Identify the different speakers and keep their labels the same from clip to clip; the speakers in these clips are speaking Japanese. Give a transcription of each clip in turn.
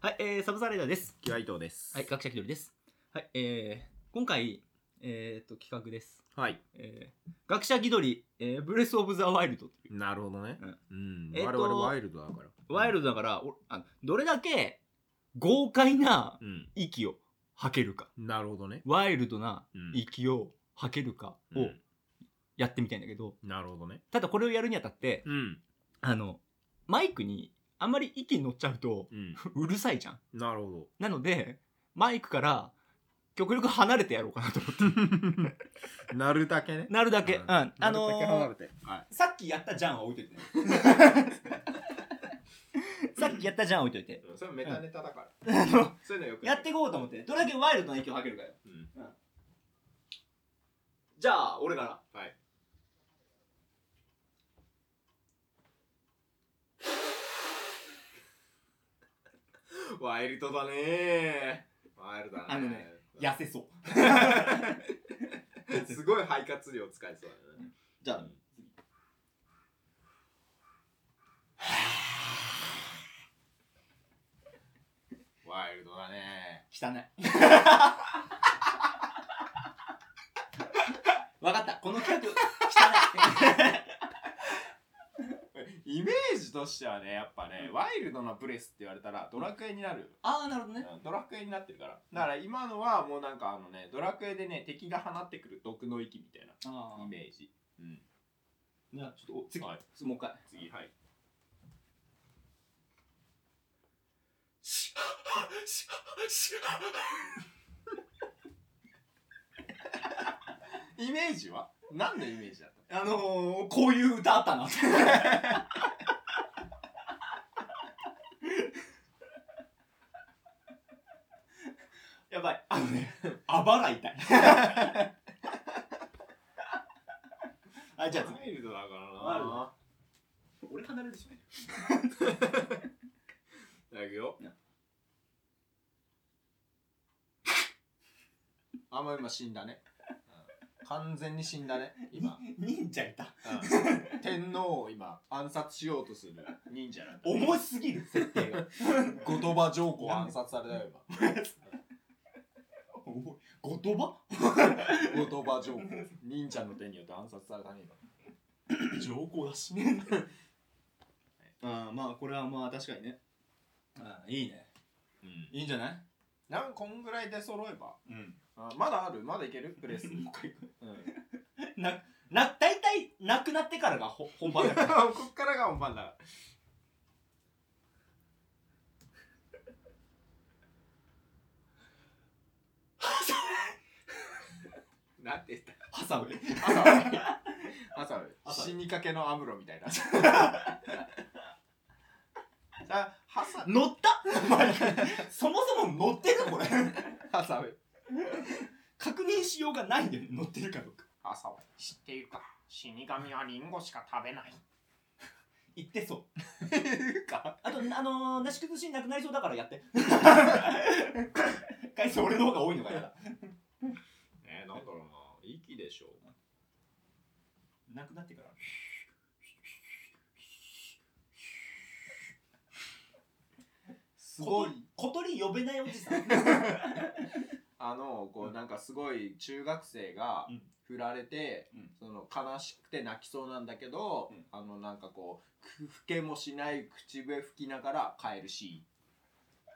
Speaker 1: はい、えー、サブサーライダーです。
Speaker 2: キュアイトです。
Speaker 1: はい、学者気取りです。はい、えー、今回、えー、っと、企画です。
Speaker 2: はい。
Speaker 1: えー、学者気取り、えー、ブレス・オブ・ザ・ワイルドっていう。
Speaker 2: なるほどね。うん。
Speaker 1: えっと
Speaker 2: 我々ワイルドだから。
Speaker 1: ワイルドだから、おあのどれだけ豪快な
Speaker 2: ド。うん。
Speaker 1: 息を吐けるか、
Speaker 2: なるほどね。
Speaker 1: ワイルドな
Speaker 2: うん
Speaker 1: 息を吐けるか
Speaker 2: う
Speaker 1: を
Speaker 2: ん
Speaker 1: やってみたいんだけど、
Speaker 2: なるほどね。
Speaker 1: ただこれをやるにあたって、
Speaker 2: うん。
Speaker 1: あの、マイクにあんまり息乗っちゃうと、
Speaker 2: うん。
Speaker 1: うるさいじゃん。
Speaker 2: なるほ
Speaker 1: なので、マイクから極力離れてやろうかなと思 って。
Speaker 2: ど。なるだけね。
Speaker 1: なるだけ。う
Speaker 2: うん
Speaker 1: ん。
Speaker 2: な
Speaker 1: あ
Speaker 2: るだけ
Speaker 1: の
Speaker 2: 離
Speaker 1: ー、
Speaker 2: れて。はい。
Speaker 1: さっきやったじゃんは置いといてね。 さっきやったじゃんは置いといて。
Speaker 2: それメ
Speaker 1: タ
Speaker 2: ネタだから。
Speaker 1: あの、
Speaker 2: そういうのよ
Speaker 1: やっていこうと思って。どれだけワイルドな息を吐けるかよ。じゃあ、俺から。
Speaker 2: はい。 ワイルドだねワイルドだね
Speaker 1: あのね痩せそう。
Speaker 2: すごい肺活量使いそうだね。
Speaker 1: じゃあ、
Speaker 2: ワイルドだね。
Speaker 1: 汚 い。わかった。この企画、 汚い。
Speaker 2: イメージとしてはね、やっぱね、ワイルドなブレスって言われたらドラクエになるよ。
Speaker 1: ああ、なるほどね。
Speaker 2: ドラクエになってるから。だから今のはもうなんかあのね、ドラクエでね、敵が放ってくる毒の息みたいな
Speaker 1: あ
Speaker 2: イメージ。う
Speaker 1: あ。
Speaker 2: ん。
Speaker 1: じゃあ、ちょっと、次、
Speaker 2: はい
Speaker 1: もう一回。
Speaker 2: 次、はい。 イメージは何のイメージだったの
Speaker 1: あのー、こういう歌あったなって。 やばい。あのね、あばら痛い。 あ、じゃあ次。
Speaker 2: ワイルドだから
Speaker 1: ワイルド
Speaker 2: な。
Speaker 1: 俺離れてしまう。
Speaker 2: じゃあいくよ
Speaker 1: な。
Speaker 2: あんま今死んだね。うん完全に死んだね、今。
Speaker 1: 忍者いた。
Speaker 2: うん天皇を今暗殺しようとする忍者なんだ、
Speaker 1: 重すぎる。
Speaker 2: 設 定が後鳥羽上皇暗殺されたよ
Speaker 1: 重い後鳥羽
Speaker 2: 今後鳥羽上皇忍者の手によって暗殺されたね
Speaker 1: 上皇だし。 ああ、まあ、これはまあ確かにね。ああ、いいね。
Speaker 2: 今、
Speaker 1: いいんじゃない
Speaker 2: なんかこんぐらいで揃えば
Speaker 1: うん。
Speaker 2: あまだあるまだいけるプレス、うん、
Speaker 1: もう一回な、な、大体、なくなってからがほ本番だから。
Speaker 2: こっからが本番だなんて言った
Speaker 1: ハサウェイ。
Speaker 2: 朝は朝は
Speaker 1: 朝は
Speaker 2: 死にかけのアムロみ たいなさあハサ
Speaker 1: 乗った そもそも乗ってるこれ。
Speaker 2: ハサウェイ
Speaker 1: 確認しようがないんだよね、乗ってるかどうか。
Speaker 2: ハサウェイ知っているか死神はリンゴしか食べ ない
Speaker 1: 言ってそう。
Speaker 2: か
Speaker 1: あと、あのー、なし崩しなくなりそうだからや って。回数俺の方が多い のが嫌だ。
Speaker 2: えなんだろうな息でしょ
Speaker 1: なくなってから。
Speaker 2: すごい
Speaker 1: 小鳥呼べないおじ さん。
Speaker 2: あのこうなんかすごい中学生が
Speaker 1: うん
Speaker 2: 振られて、
Speaker 1: うん
Speaker 2: その悲しくて泣きそうなんだけど、
Speaker 1: うん
Speaker 2: あのなんかこうふけもしない口笛吹きながら帰るシーン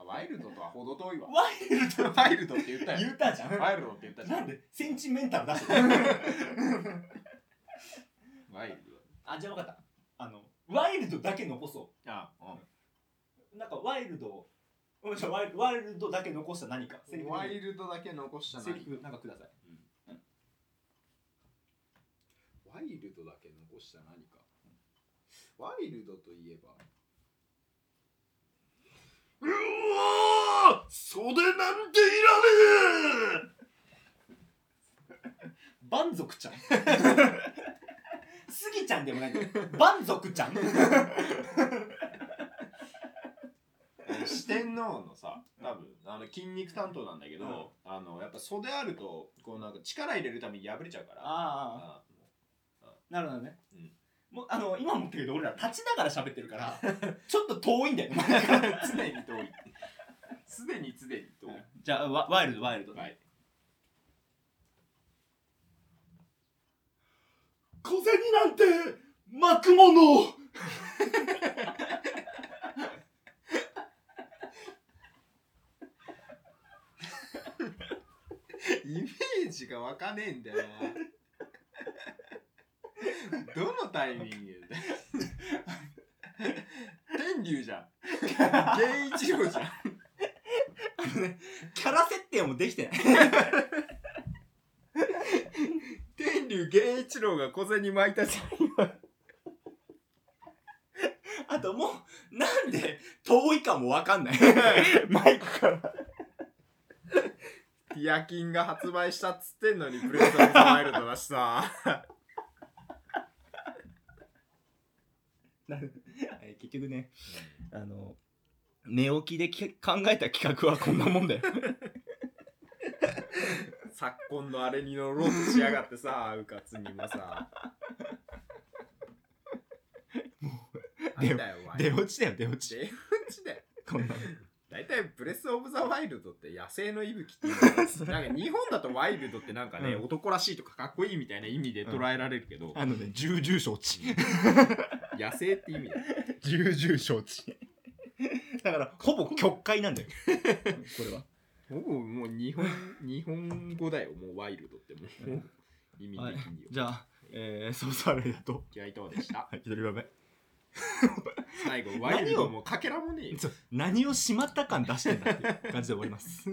Speaker 2: あワイルドとは程遠いわ
Speaker 1: ワイルド
Speaker 2: ワイルドって言ったよ
Speaker 1: 言うたじゃん。
Speaker 2: ワイルドって言ったじゃ
Speaker 1: なん
Speaker 2: ん
Speaker 1: で、センチメンタルだし。
Speaker 2: ワイル
Speaker 1: あ、じゃあ分かった。あの、ワイルドだけ残そう。
Speaker 2: ドあ
Speaker 1: なんかワイルドを、うんじゃあワイワイルドだけ残した何か。セリフ
Speaker 2: ワイルドだけ残した
Speaker 1: セ
Speaker 2: な
Speaker 1: リフなんかください。
Speaker 2: ワイルドだけ残した何かワイルドといえばうわー袖なんていらね
Speaker 1: 蛮族 ちゃん。スギちゃんでもないんだよ。蛮族ちゃん。
Speaker 2: え四天王のさ多分あの筋肉担当なんだけど、あのやっぱ袖あるとこうなんか力入れるために破れちゃうから
Speaker 1: ああ、
Speaker 2: あ
Speaker 1: なるほどね。
Speaker 2: うん
Speaker 1: もうあの今思ってるけど俺ら立ちながら喋ってるから ちょっと遠いんだよね
Speaker 2: 常に遠いすでに常に遠い
Speaker 1: じゃあワワイルドワイルドね、
Speaker 2: はい
Speaker 1: 小銭なんて巻くもの
Speaker 2: イメージがわかねえんだよなどのタイミングで天竜じゃん源一郎じゃん
Speaker 1: キャラ設定もできてない
Speaker 2: 天竜源一郎が小銭巻いたじ
Speaker 1: あともうなんで遠いかもわかんない
Speaker 3: マイクから
Speaker 2: ゃんティアキンが発売したっつってんのにプレゼントマイルドだしさ
Speaker 3: はい結局ね、あの寝起きでき考えた企画はこんなも んだよ
Speaker 2: 昨今のあれに乗ろうとしやがってさうかつにもさあん
Speaker 3: で
Speaker 2: だよワイ
Speaker 3: 出
Speaker 2: ルド
Speaker 3: 落ちだよ出落ち
Speaker 2: 出落ちだよ
Speaker 3: こんなの
Speaker 2: 大体ブレス・オブ・ザ・ワイルドって野生の息吹っていう の
Speaker 3: そう
Speaker 2: なんか日本だとワイルドってなんかね、
Speaker 3: うん
Speaker 2: 男らしいとかかっこいいみたいな意味で捉えられるけど、
Speaker 3: あのね重々承 知
Speaker 2: 野生って意味だよ
Speaker 3: 重々承 知だからほぼ曲解なんだ よこれは
Speaker 2: ほぼもう日本日本語だよもうワイルドってもう、意味的によ、
Speaker 3: じゃあ、えー、ソースアレイだと
Speaker 2: キャイトワでし
Speaker 3: は
Speaker 2: た
Speaker 3: い一人目
Speaker 2: 最後ワイルドもかけらもねえよ
Speaker 3: 何をしまった感出してんだっていう感じで終わります